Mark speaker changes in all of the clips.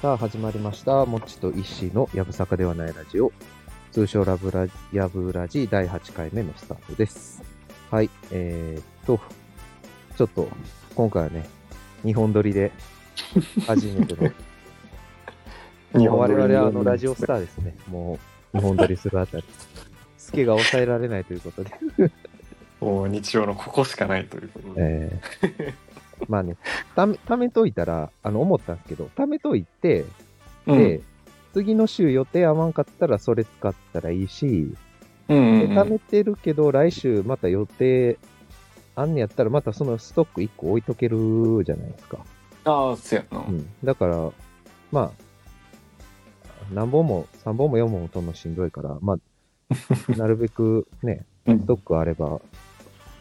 Speaker 1: さあ始まりました。もっちと石のやぶさかではないラジオ。通称ラブラジ、やぶラジ第8回目のスタートです。はい。えー、っと、ちょっと、今回はね、2本撮りで、初め ての。
Speaker 2: 日
Speaker 1: もう
Speaker 2: 本
Speaker 1: 我
Speaker 2: の
Speaker 1: 々はあのラジオスターですね。もう、2本撮りするあたり。スケが抑えられないということで。
Speaker 2: もう日曜のここしかないということで。
Speaker 1: えー まあね、ため、ためといたら、あの、思ったんですけど、ためといて、で、次の週予定合わんかったらそれ使ったらいいし、
Speaker 2: うん、うん
Speaker 1: で
Speaker 2: うん
Speaker 1: 貯めてるけど、来週また予定あんねやったら、またそのストック1個置いとけるじゃないですか。
Speaker 2: ああ、そうやな。
Speaker 1: うん。だから、まあ、何本も、3本も4本も取るのしんどいから、ま あ、なるべくね、
Speaker 2: うん
Speaker 1: ストックあれば、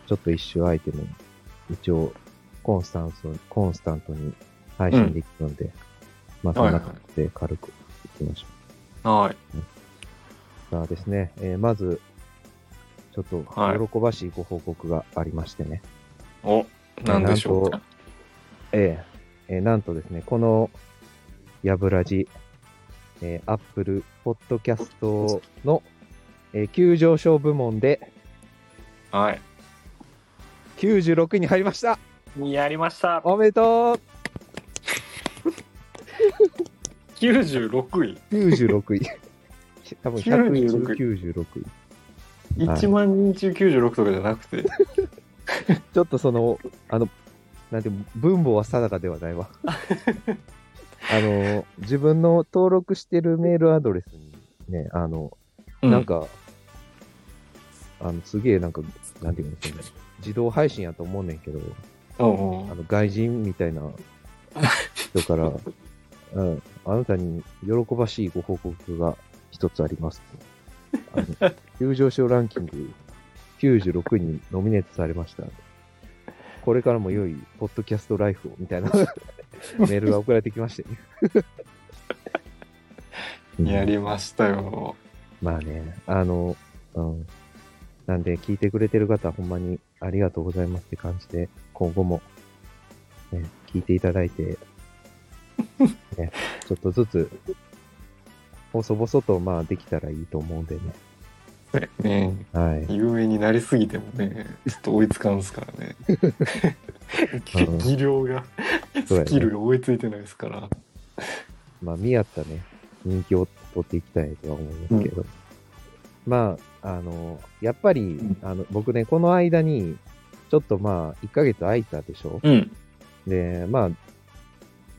Speaker 1: ちょっと一周アイテム、一応、コンスタント、コンスタントに配信できるんで、まあ、そんな感じで軽くいきましょう。
Speaker 2: はい。
Speaker 1: さあですね、えーまず、ちょっと
Speaker 2: はい
Speaker 1: 喜ばしいご報告がありましてね、
Speaker 2: お、なんでしょう
Speaker 1: な
Speaker 2: か
Speaker 1: ん。えーえーなんとですね、このやぶらじ、えー、Apple Podcast の、えー急上昇部門で
Speaker 2: はい。
Speaker 1: 96位に入りました
Speaker 2: やりました。
Speaker 1: おめでとう
Speaker 2: 96位。
Speaker 1: !96 位。 多分100、
Speaker 2: 96
Speaker 1: 96位。はい
Speaker 2: 1万人中96とかじゃなくて。
Speaker 1: ちょっとその、あの、なんていうの、分母は定かではないわ。あの、自分の登録してるメールアドレスにね、あの、なんか、あの、すげえなんか、なんていうの、その自動配信やと思うねんけど、
Speaker 2: うん、うんう
Speaker 1: あ
Speaker 2: ん
Speaker 1: の、外人みた いな人から、うん、あなたに喜ばしいご報告が一つあります。あ の、急上昇ランキング96位にノミネートされました。これからも良いポッドキャストライフを、みたいな メールが送られてきましてね。 うん
Speaker 2: やりましたよ。
Speaker 1: まあね、あの、うん。なんで、聞いてくれてる方、ほんまにありがとうございますって感じで、今後も、ね、聞いていただい て、ね、ちょっとずつ、細々と、まあ、できたらいいと思うんでね。
Speaker 2: ね
Speaker 1: はい。
Speaker 2: 有名になりすぎてもね、ちょっと追いつかんですからね。
Speaker 1: うん
Speaker 2: 技量が、
Speaker 1: そうやね
Speaker 2: スキルが追いついてないですから。
Speaker 1: まあ、見合ったね、人気を取っていきたいとは思いますけど。まあ、あの、やっぱり
Speaker 2: ん、
Speaker 1: あの、僕ね、この間に、ちょっとまあ、1ヶ月空いたでしょ
Speaker 2: うん。
Speaker 1: で、まあ、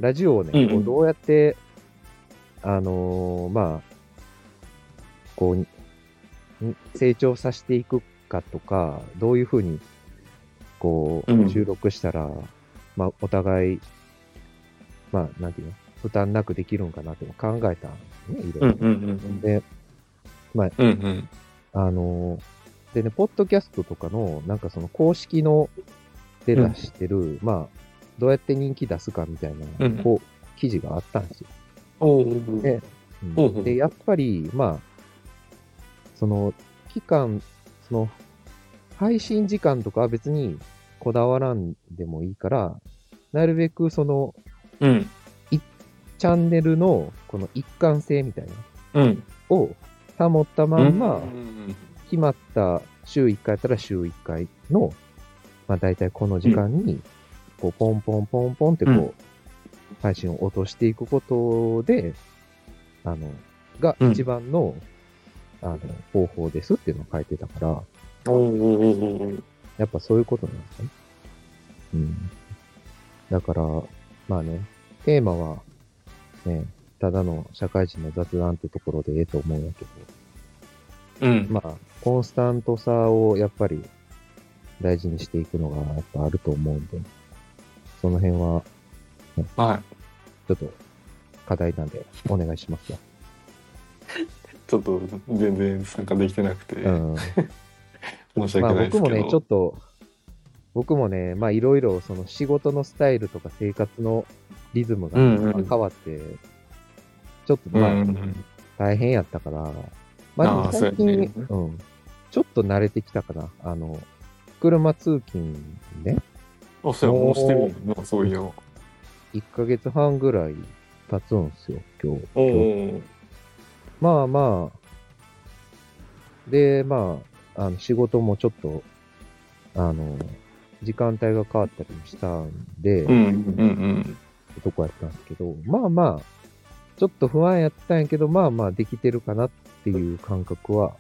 Speaker 1: ラジオをね、
Speaker 2: うんうん
Speaker 1: こうどうやって、あのーまあ、こう、ん成長させていくかとか、どういうふうに、こ
Speaker 2: う
Speaker 1: う、
Speaker 2: ん
Speaker 1: 収録したら、まあ、お互い、まあ、なんていうの、負担なくできるんかなって考えたんですね、いろ
Speaker 2: う
Speaker 1: いろ。
Speaker 2: んうんうん
Speaker 1: で、
Speaker 2: うん。うんうん。
Speaker 1: あのーでね、ポッドキャストとかの、なんかその公式ので出してる、まあ、どうやって人気出すかみたいな、
Speaker 2: うん
Speaker 1: こう、記事があったんですよ。
Speaker 2: おう
Speaker 1: ねうん
Speaker 2: ほうほう
Speaker 1: で、やっぱり、まあ、その、期間、その、配信時間とかは別にこだわらんでもいいから、なるべくその、
Speaker 2: うん。
Speaker 1: チャンネルの、この一貫性みたいな、
Speaker 2: うん。
Speaker 1: を保ったまんま、
Speaker 2: うん
Speaker 1: 決まった週1回やったら週1回の、まあ大体この時間に、こう、ポンポンポンポンってこう、
Speaker 2: う
Speaker 1: 配信を落としていくことで、あの、が
Speaker 2: うん
Speaker 1: 一番の、あの、方法ですっていうのを書いてたから、
Speaker 2: おうおうおうおう
Speaker 1: やっぱそういうことなんですね。うん。だから、まあね、テーマは、ね、ただの社会人の雑談ってところでええと思うんやけど、
Speaker 2: うん
Speaker 1: まあ、コンスタントさをやっぱり大事にしていくのがやっぱあると思うんで、その辺は
Speaker 2: は
Speaker 1: ちょっと課題なんでお願いしますよ。
Speaker 2: い。ちょっと全然参加できてなくて、
Speaker 1: うん。
Speaker 2: 申し
Speaker 1: まあ
Speaker 2: 訳な
Speaker 1: 僕
Speaker 2: いですけ
Speaker 1: も
Speaker 2: ど。
Speaker 1: ね、ちょっと、僕もね、まあいろいろその仕事のスタイルとか生活のリズムが
Speaker 2: うんうん
Speaker 1: 変わって、ちょっと
Speaker 2: うん
Speaker 1: ま
Speaker 2: う
Speaker 1: あ
Speaker 2: ん
Speaker 1: 大変やったから、まあで
Speaker 2: あ
Speaker 1: も
Speaker 2: あ
Speaker 1: 最
Speaker 2: そうや
Speaker 1: 近、
Speaker 2: ね
Speaker 1: うん、ちょっと慣れてきたかな。あの、車通勤ね、
Speaker 2: うん。あ、そうや、もうしてるのそういう。
Speaker 1: 1ヶ月半ぐらい立つんですよ、今日。
Speaker 2: お
Speaker 1: 今日
Speaker 2: お。
Speaker 1: まあまあ、で、まあ、あの仕事もちょっと、あの、時間帯が変わったりもしたんで、
Speaker 2: うんうん
Speaker 1: とこやったんですけど、まあまあ、ちょっと不安やったんやけど、まあまあできてるかなっていう感覚は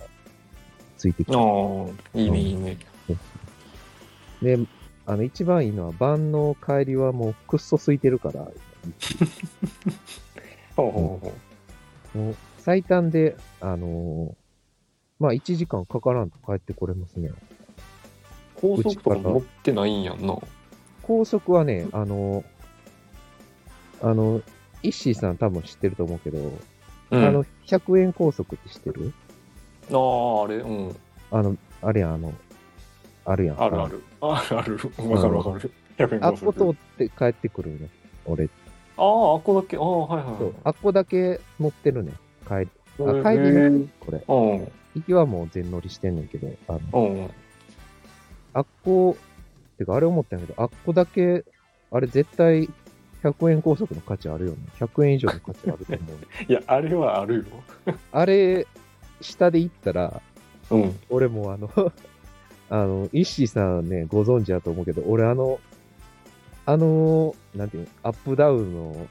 Speaker 1: ついてき
Speaker 2: うん。
Speaker 1: た。
Speaker 2: ああ、いいねいいね。
Speaker 1: で、あの一番いいのは晩の帰りはもうくっそ空いてるから、
Speaker 2: ほうほうほ
Speaker 1: もう最短で、あのーまあ1時間かからんと帰ってこれますね。
Speaker 2: う。高速とか持ってないんやんな。
Speaker 1: 高速はね、あのーあの、イッシーさん多分知ってると思うけど、
Speaker 2: うん。
Speaker 1: あ
Speaker 2: あ
Speaker 1: の、100円高速って知ってる
Speaker 2: あ、あれ、うん。
Speaker 1: あの、あれやん、あの、あるやん。
Speaker 2: あるある。あるある。わかるわかる。100円
Speaker 1: あ
Speaker 2: 高
Speaker 1: っこ
Speaker 2: 速
Speaker 1: 通って帰ってくるね。俺
Speaker 2: ああ、あっこだけ。ああ、はいはい
Speaker 1: と。あっこだけ乗ってるね。帰り。あ
Speaker 2: はい。、
Speaker 1: 帰り
Speaker 2: へ
Speaker 1: ね
Speaker 2: ー。
Speaker 1: これ。
Speaker 2: うん。
Speaker 1: 行きはもう全乗りしてんねんけど、あの、
Speaker 2: うん。
Speaker 1: あっこ、てかあれ思ったんやけど、あっこだけ、あれ絶対100円高速の価値あるよね。100円以上の価値あると思 う。
Speaker 2: いや、あれはあるよ。
Speaker 1: あれ、下で行ったら、
Speaker 2: うん。
Speaker 1: 俺もうあの、 あの、イッシーさんね、ご存知だと思うけど、俺あの、あの、なんていうの、アップダウン の、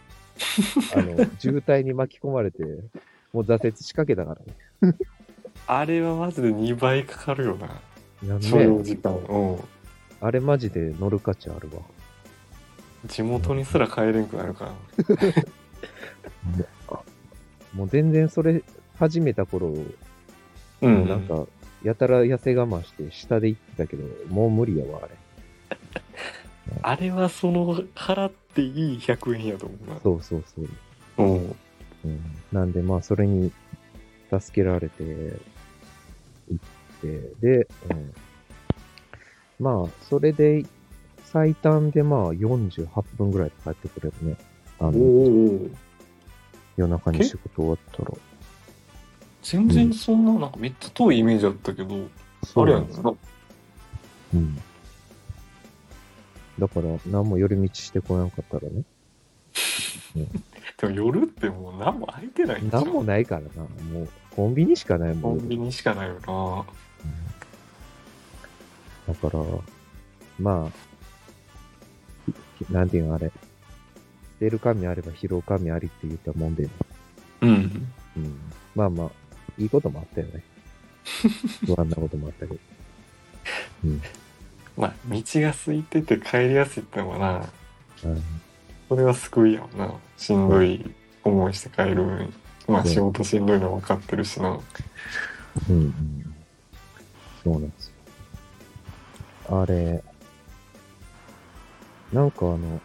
Speaker 1: あの、渋滞に巻き込まれて、もう挫折しかけたからね。
Speaker 2: あれはマジで2倍かかるよな。
Speaker 1: なんで、
Speaker 2: 所要時間。うん。
Speaker 1: あれマジで乗る価値あるわ。
Speaker 2: 地元にすら帰れんくなるから。
Speaker 1: もう全然それ始めた頃、
Speaker 2: う
Speaker 1: もうなん。か、やたら痩せ我慢して下で行ってたけど、もう無理やわ、あれ。
Speaker 2: あれはその、払っていい100円やと思うな。
Speaker 1: そうそうそう。
Speaker 2: うん。
Speaker 1: うん、なんで、まあ、それに助けられて、行って、で、うん、まあ、それで、最短でまあ、48分ぐらいで帰ってくれるね。あの、
Speaker 2: お。
Speaker 1: 夜中に仕事終わったら。
Speaker 2: 全然そんな、なんかめっちゃ遠いイメージあったけど、あれやん
Speaker 1: です
Speaker 2: な。
Speaker 1: うん。だから、何も寄り道してこなかったらね。
Speaker 2: でも夜ってもう何も空いてないんでしょ
Speaker 1: 何もないからな。もう、コンビニしかない
Speaker 2: コ
Speaker 1: もん。
Speaker 2: ンビニしかないよな。
Speaker 1: だから、まあ、ひなんていうのあれ、出る神あれば拾う神ありって言ったもんで、
Speaker 2: うん。
Speaker 1: うん、まあまあ、いいこともあったよね。不安なこともあったけど。うん。
Speaker 2: まあ、道が空いてて帰りやすいってのはな、
Speaker 1: うん
Speaker 2: それは救いやんな。しんどい思いして帰る分に。まあ、仕事しんどいのは分かってるしな。
Speaker 1: うんうん。そうなんですよ。あれ、なんかあの、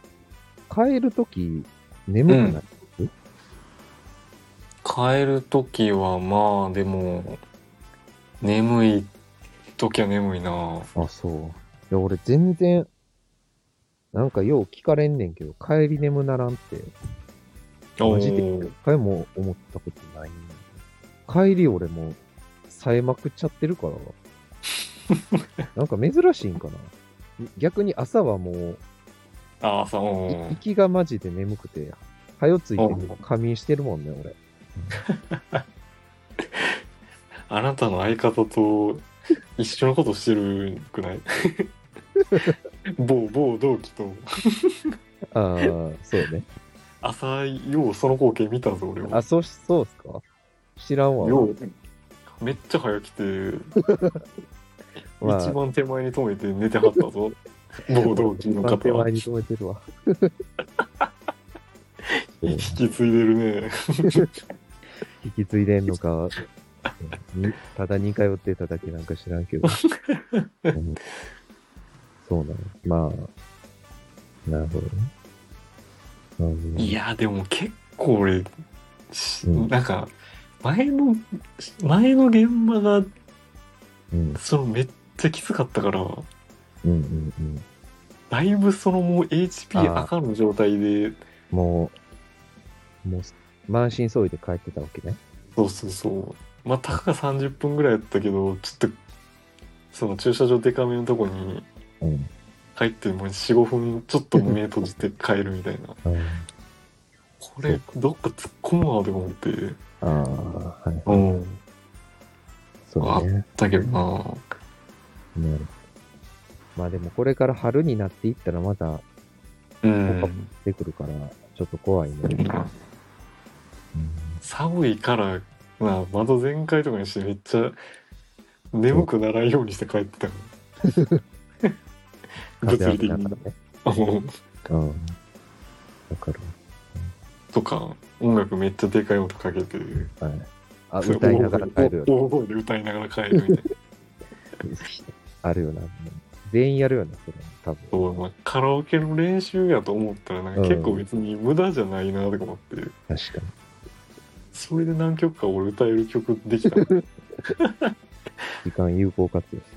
Speaker 1: 帰るとき、眠くなる。
Speaker 2: 帰る時はまあでも眠い時は眠いな
Speaker 1: あ、そう。いや、俺全然、なんかよう聞かれんねんけど、帰り眠ならんって、マジで
Speaker 2: おー
Speaker 1: 一回も思ったことない、帰り俺もう、冴えまくっちゃってるから、 なんか珍しいんかな。逆に朝はもう、
Speaker 2: ああそう
Speaker 1: い
Speaker 2: ん
Speaker 1: 息がマジで眠くて、早ついて仮眠してるもんね、俺。
Speaker 2: あなたの相方と一緒のことしてるくない 某某同期と
Speaker 1: ああ、 そうね。
Speaker 2: 朝ようその光景見たぞ俺
Speaker 1: あ、
Speaker 2: は
Speaker 1: そうし、そうっすか知らんわ。
Speaker 2: ようめっちゃ早来て、
Speaker 1: まあ
Speaker 2: 一番手前に止めて寝てはったぞ某同期の
Speaker 1: まあ
Speaker 2: 方
Speaker 1: 手前に止めてるわ。そう
Speaker 2: 引き継いでるね
Speaker 1: 引き継いでんのか、にただ2回ってただけなんか知らん けど。うんそうなの。まあ、なるほどね。なるほどね
Speaker 2: いやでも結構俺、し
Speaker 1: うん
Speaker 2: なんか前の前の現場が
Speaker 1: うん、
Speaker 2: そのめっちゃきつかったから
Speaker 1: うん、うん、うん。
Speaker 2: だいぶそのもう
Speaker 1: あ
Speaker 2: HP
Speaker 1: ー
Speaker 2: 赤の状態で
Speaker 1: もう、もう、満身創痍で帰ってたわけね。
Speaker 2: そうそうそうまあたかが30分ぐらいやったけどちょっとその駐車場デカめのとこに
Speaker 1: うん。
Speaker 2: 入ってもう45分ちょっと目閉じて帰るみたいな
Speaker 1: うん
Speaker 2: これ、どっか突っ込むなとか思って。
Speaker 1: ああ、はい。
Speaker 2: うん。
Speaker 1: そうね。
Speaker 2: だけどな
Speaker 1: なるほどまあでもこれから春になっていったらまた
Speaker 2: うん。
Speaker 1: 出てくるから、ちょっと怖いね。うん
Speaker 2: 寒いから、まあ、窓全開とかにしてめっちゃ眠くならんようにして帰ってたから。
Speaker 1: 風
Speaker 2: 物
Speaker 1: 邪
Speaker 2: 理的
Speaker 1: はなか。
Speaker 2: に
Speaker 1: ったね。
Speaker 2: うん
Speaker 1: うん。わかる。
Speaker 2: とか、音楽めっちゃでかい音かけて。
Speaker 1: はい。あ、
Speaker 2: それ
Speaker 1: 歌いながら帰るよね。
Speaker 2: 大声で歌いながら帰るみたいな。
Speaker 1: あるよな。全員やるよな、それ。多分。
Speaker 2: そうまあ、カラオケの練習やと思ったらなんか
Speaker 1: うん
Speaker 2: 結構別に無駄じゃないなとか思って、
Speaker 1: 確かに。
Speaker 2: それで何曲か俺歌える曲できた
Speaker 1: 時間有効活用する。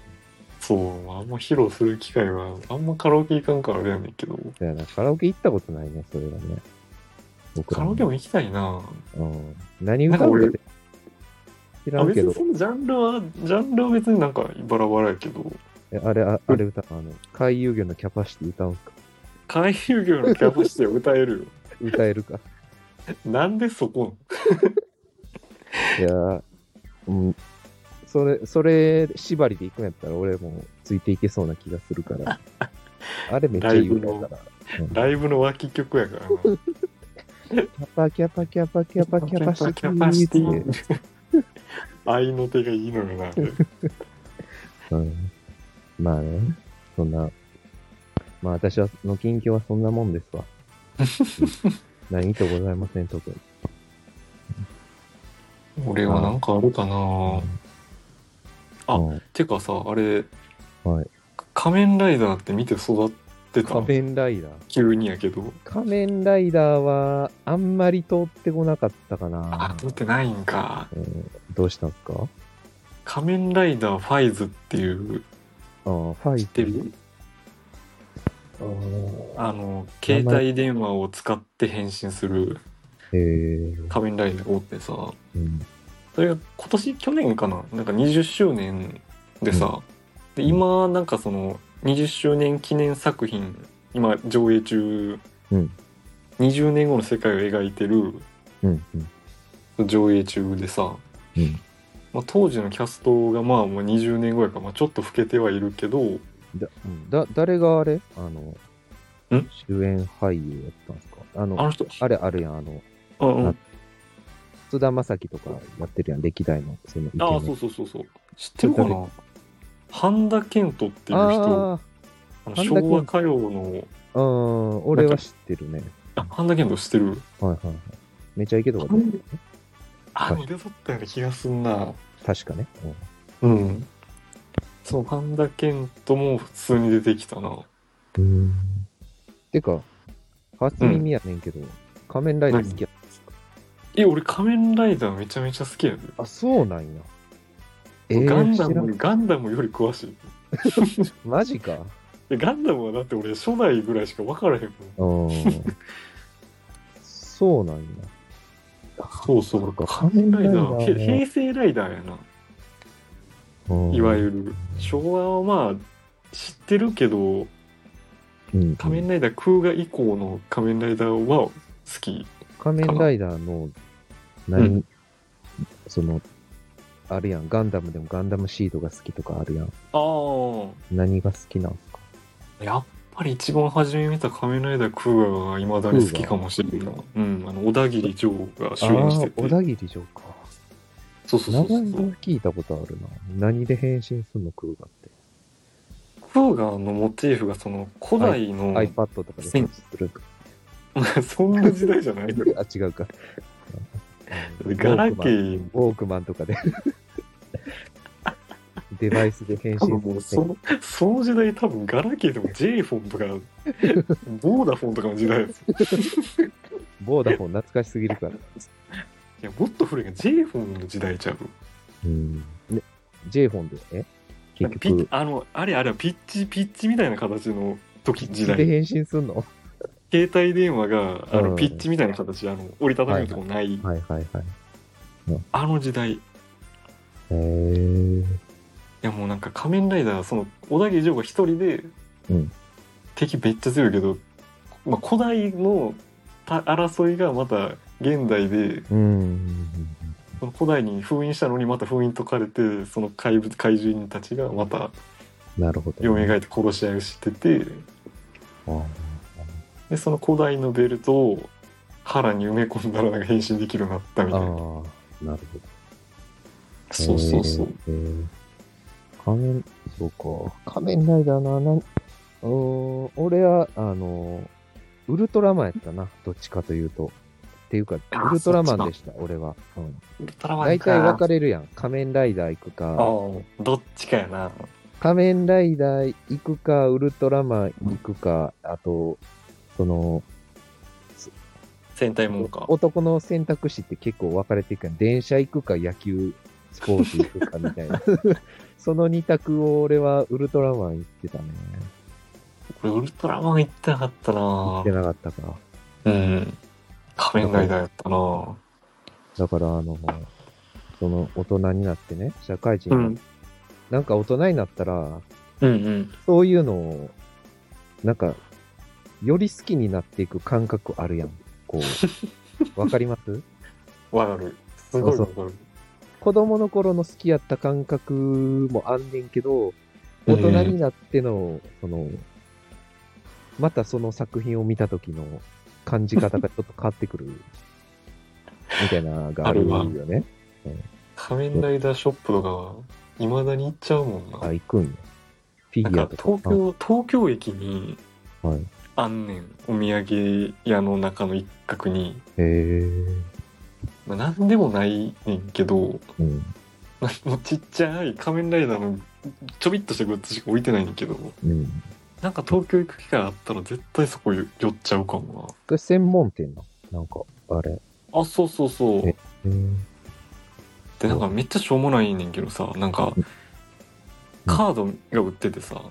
Speaker 2: そうあんま披露する機会はあんまカラオケ行かんからあれやねんけど
Speaker 1: だよな、カラオケ行ったことないね、それはね。僕ら
Speaker 2: カラ
Speaker 1: も
Speaker 2: オケも行きたいな
Speaker 1: うん。何歌うかって知ら
Speaker 2: あ
Speaker 1: んけ
Speaker 2: 別
Speaker 1: ど
Speaker 2: に、そのジャンルはジャンルは別になんかバラバラやけど
Speaker 1: えあれ、ああれ歌う、あの、海遊魚のキャパシティ歌うんか。
Speaker 2: 勧誘業のキャパシティは歌え る
Speaker 1: 歌えるか。
Speaker 2: よなんでそこ
Speaker 1: いやーうん。それ、それ、縛りで行くんやったら俺もついていけそうな気がするから。あれめっちゃいい歌やから。うん
Speaker 2: ライブの脇曲やからな
Speaker 1: キャパキャパキャパキャパキャパシテ
Speaker 2: キャパシテ
Speaker 1: ィって。
Speaker 2: ィ愛の手がいいのよなあれ
Speaker 1: うん。まあね、そんな、まあ私は、の近況はそんなもんですわ。うん何とございません、特に。
Speaker 2: 俺はなんかあるかなあ
Speaker 1: うん
Speaker 2: てかさあれ、
Speaker 1: はい
Speaker 2: 仮面ライダーって見て育ってた
Speaker 1: 仮面ライダー。
Speaker 2: 急にやけど
Speaker 1: 仮面ライダーは、あんまり通ってこなかったか
Speaker 2: あ
Speaker 1: な。
Speaker 2: 撮ってないんか
Speaker 1: うんどうしたんすか
Speaker 2: 仮面ライダーファイズっていう
Speaker 1: あーファイ
Speaker 2: 知ってる
Speaker 1: あー
Speaker 2: あの携帯電話を使って変身する
Speaker 1: へー
Speaker 2: 仮面ライダーがおってさ
Speaker 1: うん
Speaker 2: それが今年去年かななんか20周年でさ、で今なんかその20周年記念作品今上映中、
Speaker 1: うん
Speaker 2: 20年後の世界を描いてる
Speaker 1: うんうん
Speaker 2: 上映中でさ、
Speaker 1: うん
Speaker 2: まあ、当時のキャストがまあもう20年後やから、まあ、ちょっと老けてはいるけど
Speaker 1: だうんだ誰があれあの
Speaker 2: ん
Speaker 1: 主演俳優やったんですかあ
Speaker 2: あ
Speaker 1: の
Speaker 2: の人
Speaker 1: あれあるやんあの
Speaker 2: うんうん
Speaker 1: あ津田正樹とかやってるやん歴代のそのイケメン
Speaker 2: ああそうそうそうそう知ってるかな半田健人っていう人
Speaker 1: あ
Speaker 2: あ
Speaker 1: 半田
Speaker 2: の
Speaker 1: 健
Speaker 2: 昭
Speaker 1: 人
Speaker 2: 和歌謡の
Speaker 1: ーうん俺は知ってるね
Speaker 2: あ半田健人知ってる
Speaker 1: はいはいはいめちゃイケとか出てるね
Speaker 2: あ
Speaker 1: はい
Speaker 2: でも出とったような気がすんな
Speaker 1: 確かね、うん
Speaker 2: うんそう半田健人も普通に出てきたな
Speaker 1: てか、初耳やねんけど、仮面ライダー好きや。
Speaker 2: え俺仮面ライダーめちゃめちゃ好きやで、
Speaker 1: あ、そうなんや。えー、
Speaker 2: ガンダ
Speaker 1: 知らん
Speaker 2: ムガンダムより詳 しい
Speaker 1: マジか。
Speaker 2: でガンダムはだって俺初代ぐらいしか分からへんもん
Speaker 1: うん。そうなんや。
Speaker 2: そうそう仮面ライダーへ平成ライダーやな
Speaker 1: うん
Speaker 2: いわゆる昭和はまあ知ってるけど
Speaker 1: うん
Speaker 2: 仮面
Speaker 1: 仮
Speaker 2: ライダー空が以降の仮面ライダーは好き
Speaker 1: 面ライダーの、
Speaker 2: う
Speaker 1: 何、その、あるやん。ガンダムでもガンダムシードが好きとかあるやん。
Speaker 2: ああ
Speaker 1: 何が好きなんすか
Speaker 2: やっぱり一番初め見た仮面ライダー空がいまだに好きかもしれんなうんあの小田切丈が主
Speaker 1: ああ
Speaker 2: 演して
Speaker 1: ー、
Speaker 2: て
Speaker 1: 小田切城か。
Speaker 2: そうそう
Speaker 1: 名
Speaker 2: そうそ
Speaker 1: 前
Speaker 2: う
Speaker 1: も聞いたことあるな。何で変身すんの、クーガって。
Speaker 2: 空がのモチーフがその古代の、
Speaker 1: iPad とかで
Speaker 2: せん
Speaker 1: 変身するとか。
Speaker 2: そんな時代じゃないの よ
Speaker 1: あ、違うか。
Speaker 2: ガラケー
Speaker 1: ウォークマンとかで。 デバイスで変身
Speaker 2: 多分もうそのその時代多分ガラケーでも J フォンとかボーダフォンとかの時代ですよ
Speaker 1: ボーダフォン懐かしすぎるから。
Speaker 2: いやもっと古いが J フォンの時代ちゃう
Speaker 1: うん。ね、J フォンで、え結
Speaker 2: ピッ
Speaker 1: 局、
Speaker 2: あのあれあれはピッチピッチみたいな形の時時
Speaker 1: で
Speaker 2: 代
Speaker 1: 変身すんの
Speaker 2: 携帯電話があ
Speaker 1: うん
Speaker 2: のピッチみたいな形あの折りたためるとこない、
Speaker 1: はいはいはい。
Speaker 2: あの時代い
Speaker 1: へー。
Speaker 2: やもうなんか仮面ライダーその小田切丈が一人で、
Speaker 1: うん
Speaker 2: 敵めっちゃ強いけど、まあ、古代のた争いがまた現代で
Speaker 1: うん。
Speaker 2: その古代に封印したのにまた封印解かれてその怪物怪獣人たちがまた
Speaker 1: なるほど。
Speaker 2: 蘇って殺し合いをしてて
Speaker 1: あ
Speaker 2: でその古代のベルトを腹に埋め込んだらなんか変身できるようになった
Speaker 1: あ
Speaker 2: み
Speaker 1: ー、
Speaker 2: たいな
Speaker 1: なるほど。
Speaker 2: そうそうそう、
Speaker 1: えー。えー仮面、そうか。仮面ライダーな、なん、おー俺は、あのーウルトラマンやったな。どっちかというと。っていうか、
Speaker 2: あー
Speaker 1: ウルトラマ
Speaker 2: そっ
Speaker 1: ン
Speaker 2: ち
Speaker 1: でした、俺は。うん。
Speaker 2: ウルトラマ
Speaker 1: 大
Speaker 2: ンか
Speaker 1: 体分かれるやん。仮面ライダー行くか、
Speaker 2: ああどっちかやな
Speaker 1: 仮面ライダー行くか、ウルトラマン行くか、あと、その、
Speaker 2: 戦隊もんか
Speaker 1: 男の選択肢って結構分かれていくやん電車行くか野球スポーツ行くかみたい なその二択を俺はウルトラマン行ってたね
Speaker 2: これウルトラマン行ってなかった
Speaker 1: 行
Speaker 2: な
Speaker 1: ってなかったか
Speaker 2: うん仮面ライダーやったな
Speaker 1: だからあのその大人になってね社会人、
Speaker 2: うん
Speaker 1: なんか大人になったら
Speaker 2: うんうん
Speaker 1: そういうのをなんかより好きになっていく感覚あるやんこ うわかります
Speaker 2: わかるすごい
Speaker 1: そ
Speaker 2: わ
Speaker 1: う
Speaker 2: かる
Speaker 1: 子供の頃の好きやった感覚もあんねんけど、大人になっての、その、またその作品を見た時の感じ方がちょっと変わってくる、みたいなのがあるよね。
Speaker 2: 仮面ライダーショップとかはいまだに行っちゃうもんな
Speaker 1: あ、行くんや。フィギ
Speaker 2: なん
Speaker 1: ュア
Speaker 2: か
Speaker 1: とか。
Speaker 2: 東京東京駅に
Speaker 1: はい
Speaker 2: あんねんお土産屋の中の一角に、
Speaker 1: へー
Speaker 2: まあ、何でもないねんけど
Speaker 1: うん。
Speaker 2: なもうちっちゃい仮面ライダーのちょびっとしたグッズしか置いてないねんけど
Speaker 1: うん。
Speaker 2: なんか東京行く機会あったら絶対そこ寄っちゃうかも
Speaker 1: これ専門店なのなんか、あれ。
Speaker 2: なあそうそうそう
Speaker 1: えうん
Speaker 2: でなんかめっちゃしょうもないねんけどさなんか
Speaker 1: うん
Speaker 2: カードが売っててさ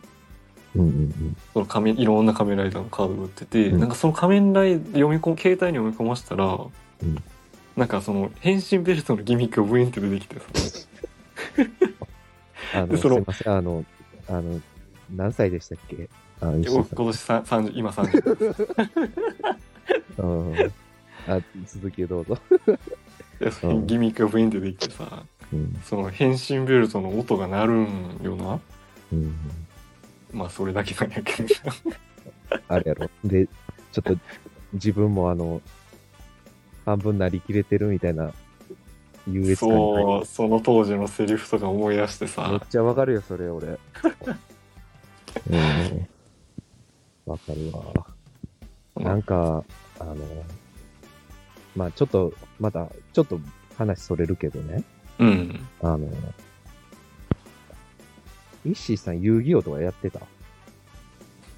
Speaker 1: うんうん
Speaker 2: その仮面いろんな仮面ライダーのカードが売ってて、
Speaker 1: うん
Speaker 2: なんかその仮面ライ読み込む携帯に読み込ましたら、
Speaker 1: ん
Speaker 2: なんかその変身ベルトのギミックがブインって出てきてさ
Speaker 1: あの、
Speaker 2: で
Speaker 1: す
Speaker 2: その
Speaker 1: いません。あの、あの、何歳でしたっけあ、石井さん
Speaker 2: 僕今年さ30今30
Speaker 1: うんあ、続きをどうぞ。
Speaker 2: いやそうの
Speaker 1: ん
Speaker 2: ギミックがブインって出てきてさ
Speaker 1: うん。
Speaker 2: その変身ベルトの音が鳴るんよな
Speaker 1: うん。
Speaker 2: まあそれだけなんや けど
Speaker 1: あれやろ。で、ちょっと、自分もあの、半分なりきれてるみたいな、優越感に入
Speaker 2: そうその当時のセリフとか思い出して
Speaker 1: るめっ
Speaker 2: さ
Speaker 1: ちゃわかるよ、それ、俺。 うん。わかるわ。なんか、あの、まあちょっと、また、ちょっと話それるけどね。
Speaker 2: うん
Speaker 1: あの、イッシーさん、遊戯王とかやってた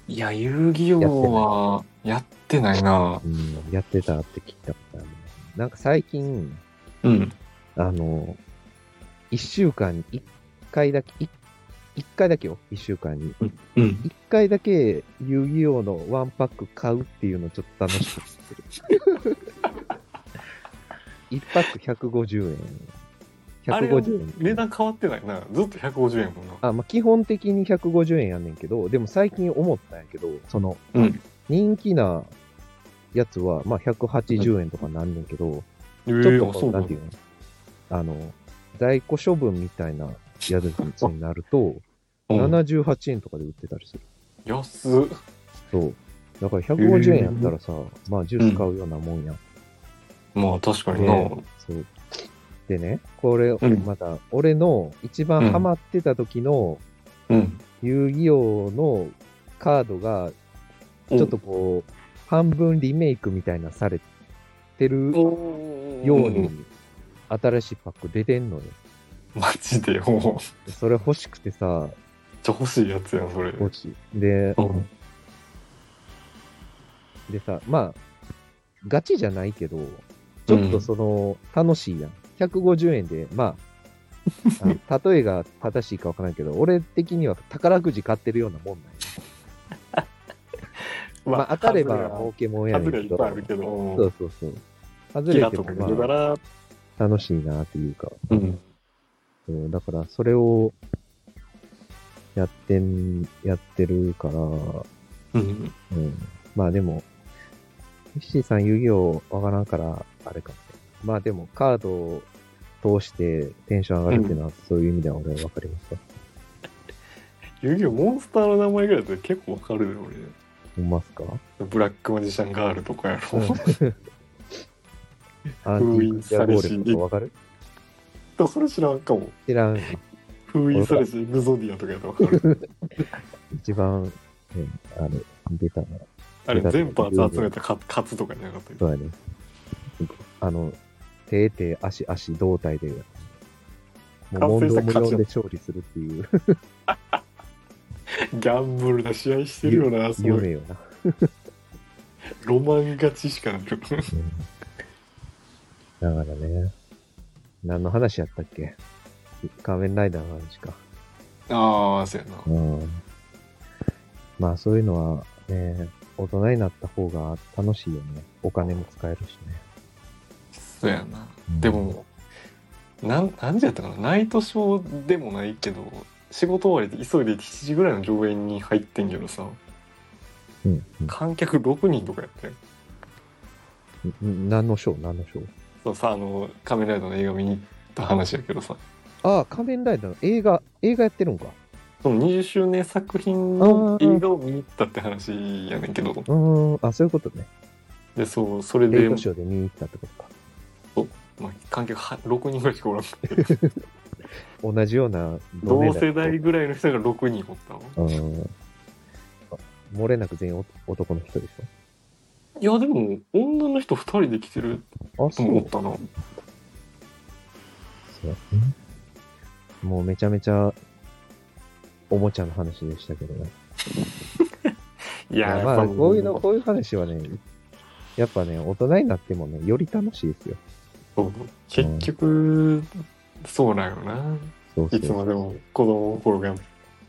Speaker 2: いや遊戯王はやってないな
Speaker 1: うん、やってたって聞いたことあるな。なんか最近、
Speaker 2: うん
Speaker 1: あの、一週間に一回だけ、い一回だけよ、一週間に。
Speaker 2: うん
Speaker 1: 一回だけ遊戯王のワンパック買うっていうのちょっと楽しくしてる。 一パック150円。
Speaker 2: あれは
Speaker 1: 150円。
Speaker 2: 値段変わってないなずっと150円もんな
Speaker 1: あまあ、基本的に150円やんねんけど、でも最近思ったんやけど、その、
Speaker 2: うん
Speaker 1: 人気なやつは、まあ、180円とかなんねんけど、
Speaker 2: え
Speaker 1: ち
Speaker 2: え
Speaker 1: ょっと
Speaker 2: そ
Speaker 1: こう、
Speaker 2: う
Speaker 1: な
Speaker 2: なんん
Speaker 1: て
Speaker 2: だ
Speaker 1: いうのあの、在庫処分みたいなやつになると、
Speaker 2: うん
Speaker 1: 78円とかで売ってたりする。
Speaker 2: 安っ
Speaker 1: そう。だから150円やったらさ、まあジュース買うようなもんや。
Speaker 2: まあ確かにな、
Speaker 1: ねそう。でね、これ、
Speaker 2: ん
Speaker 1: まだ、俺の一番ハマってた時の
Speaker 2: うん
Speaker 1: 遊戯王のカードが、ちょっとこう、半分リメイクみたいなされてるよ
Speaker 2: お
Speaker 1: うに、新しいパック出てんのよ。
Speaker 2: マジでもう
Speaker 1: それ欲しくてさ、
Speaker 2: ちゃ欲しいやつやんそれ
Speaker 1: 欲しい。で、
Speaker 2: うん
Speaker 1: でさ、まあ、ガチじゃないけど、ちょっとその、楽しいやん。150円で、まあ、あの例えが正しいかわからんけど、俺的には宝くじ買ってるようなもんなんや。まあ、当たれば儲けもんやね
Speaker 2: 外
Speaker 1: ん
Speaker 2: れ
Speaker 1: け
Speaker 2: いっ
Speaker 1: ど。
Speaker 2: ぱいあるけど
Speaker 1: そうそうそう。外
Speaker 2: キ
Speaker 1: れ
Speaker 2: ラ
Speaker 1: て
Speaker 2: とか
Speaker 1: も
Speaker 2: 入れた
Speaker 1: まあ、
Speaker 2: ら
Speaker 1: 楽しいなっていうか。
Speaker 2: うん
Speaker 1: そうだから、それを、やってん、やってるから、
Speaker 2: うん
Speaker 1: うんまあでも、ミッシーさん遊戯王わからんから、あれかもしれない。まあでも、カードを通してテンション上がるっていうのは、そういう意味では俺はわかりますよ。
Speaker 2: 遊戯王モンスターの名前ぐらいだと結構わかるで俺
Speaker 1: 思いますか
Speaker 2: ブラックマジシャンガールとかやろ、
Speaker 1: う んアンティークジャゴーレムとかわかる
Speaker 2: でもそれ知らんかも
Speaker 1: 知らん。
Speaker 2: 封印されしエグゾディアとかやったらわ かる
Speaker 1: 一番、ね、あれ、出たのは
Speaker 2: あれ全パーツ集めたら勝勝つとかじゃなかったっけ
Speaker 1: そうやね。あの、手、手、足、足、胴体で、もう
Speaker 2: 完成
Speaker 1: 問
Speaker 2: した
Speaker 1: 答無用で勝利するって いう
Speaker 2: ギャンブルな試合してるよなその
Speaker 1: 夢よな。
Speaker 2: ロマン勝ちしかない
Speaker 1: うんだからね、何の話やったっけ仮面ライダーの話か。
Speaker 2: ああそうやな
Speaker 1: うん。まあそういうのはね、大人になった方が楽しいよね。お金も使えるしね。
Speaker 2: そうやな
Speaker 1: うん
Speaker 2: で、も、なん、なんじゃったかな、ナイトショーでもないけど、仕事終わりで急いで7時ぐらいの上演に入ってんけどさ、
Speaker 1: うん
Speaker 2: 観客6人とかやったよ。
Speaker 1: うんん、何のショー何のショー
Speaker 2: そうさ、あの、カメライダーの映画見に行った話やけどさ、
Speaker 1: ああ、仮面ライダーの映画、映画やってるんか。
Speaker 2: その20周年作品の映画を見に行ったって話やねんけど、
Speaker 1: うーん、あ、そういうことね。
Speaker 2: で、そう、それ
Speaker 1: レ
Speaker 2: で
Speaker 1: イ、トショーで見に行ったってことか。
Speaker 2: まあ、観客は6人ぐらいしかおらんくて、
Speaker 1: 同じような
Speaker 2: 同
Speaker 1: 年
Speaker 2: 世
Speaker 1: 代
Speaker 2: 代ぐらいの人が6人おった
Speaker 1: う
Speaker 2: わ。
Speaker 1: ん。あ漏れなく全員お男の人でし
Speaker 2: いや、でも、女の人2人で来てる
Speaker 1: ょあ、
Speaker 2: 人
Speaker 1: そう。
Speaker 2: もおったな。
Speaker 1: そうもうめちゃめちゃ、おもちゃの話でしたけどね。
Speaker 2: いや、やっ
Speaker 1: ま
Speaker 2: ぱ
Speaker 1: あ、
Speaker 2: も
Speaker 1: こういうの、こういう話はね、やっぱね、大人になってもね、より楽しいですよ。
Speaker 2: そう結局、そうなんよな
Speaker 1: そうそ
Speaker 2: いつま
Speaker 1: う。
Speaker 2: でも子供の頃が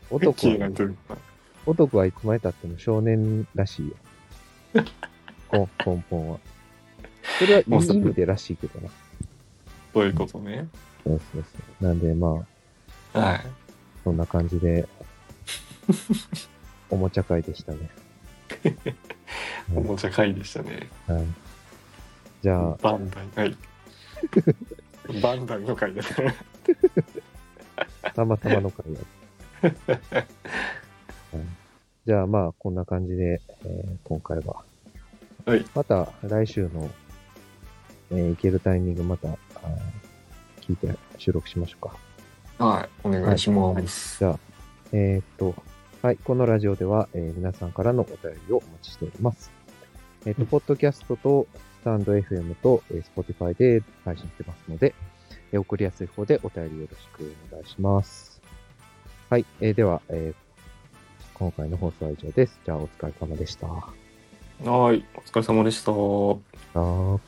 Speaker 1: 男
Speaker 2: 綺麗な
Speaker 1: は、
Speaker 2: というか
Speaker 1: 男はいつまでたっても少年らしい よ。こ根本は。それはいい
Speaker 2: もうそ
Speaker 1: 意味でらしいけどな。
Speaker 2: そういうことね
Speaker 1: そうそうそう。なんで、まあ、
Speaker 2: はい
Speaker 1: そんな感じ で、おもちゃ会でしたね。
Speaker 2: おもちゃ会でしたね
Speaker 1: はい。じゃあ、
Speaker 2: バンダイ はいバンダイの会だから
Speaker 1: たまたまの会 を。うんじゃあまあ、こんな感じで、えー今回は。
Speaker 2: はい
Speaker 1: また来週の、えー行けるタイミングまた、あー聞いて収録しましょうか。
Speaker 2: はいお願いします、
Speaker 1: じゃあ、えーっと、はい、このラジオでは、えー皆さんからのお便りをお待ちしております。えーっと、
Speaker 2: うん
Speaker 1: ポッドキャストと、スタンド FM と、えー Spotify で配信してますので、えー送りやすい方でお便りよろしくお願いします。はい、えーでは、えー今回の放送は以上です。じゃあ、お疲れ様でした。
Speaker 2: はいお疲れ様でした
Speaker 1: あー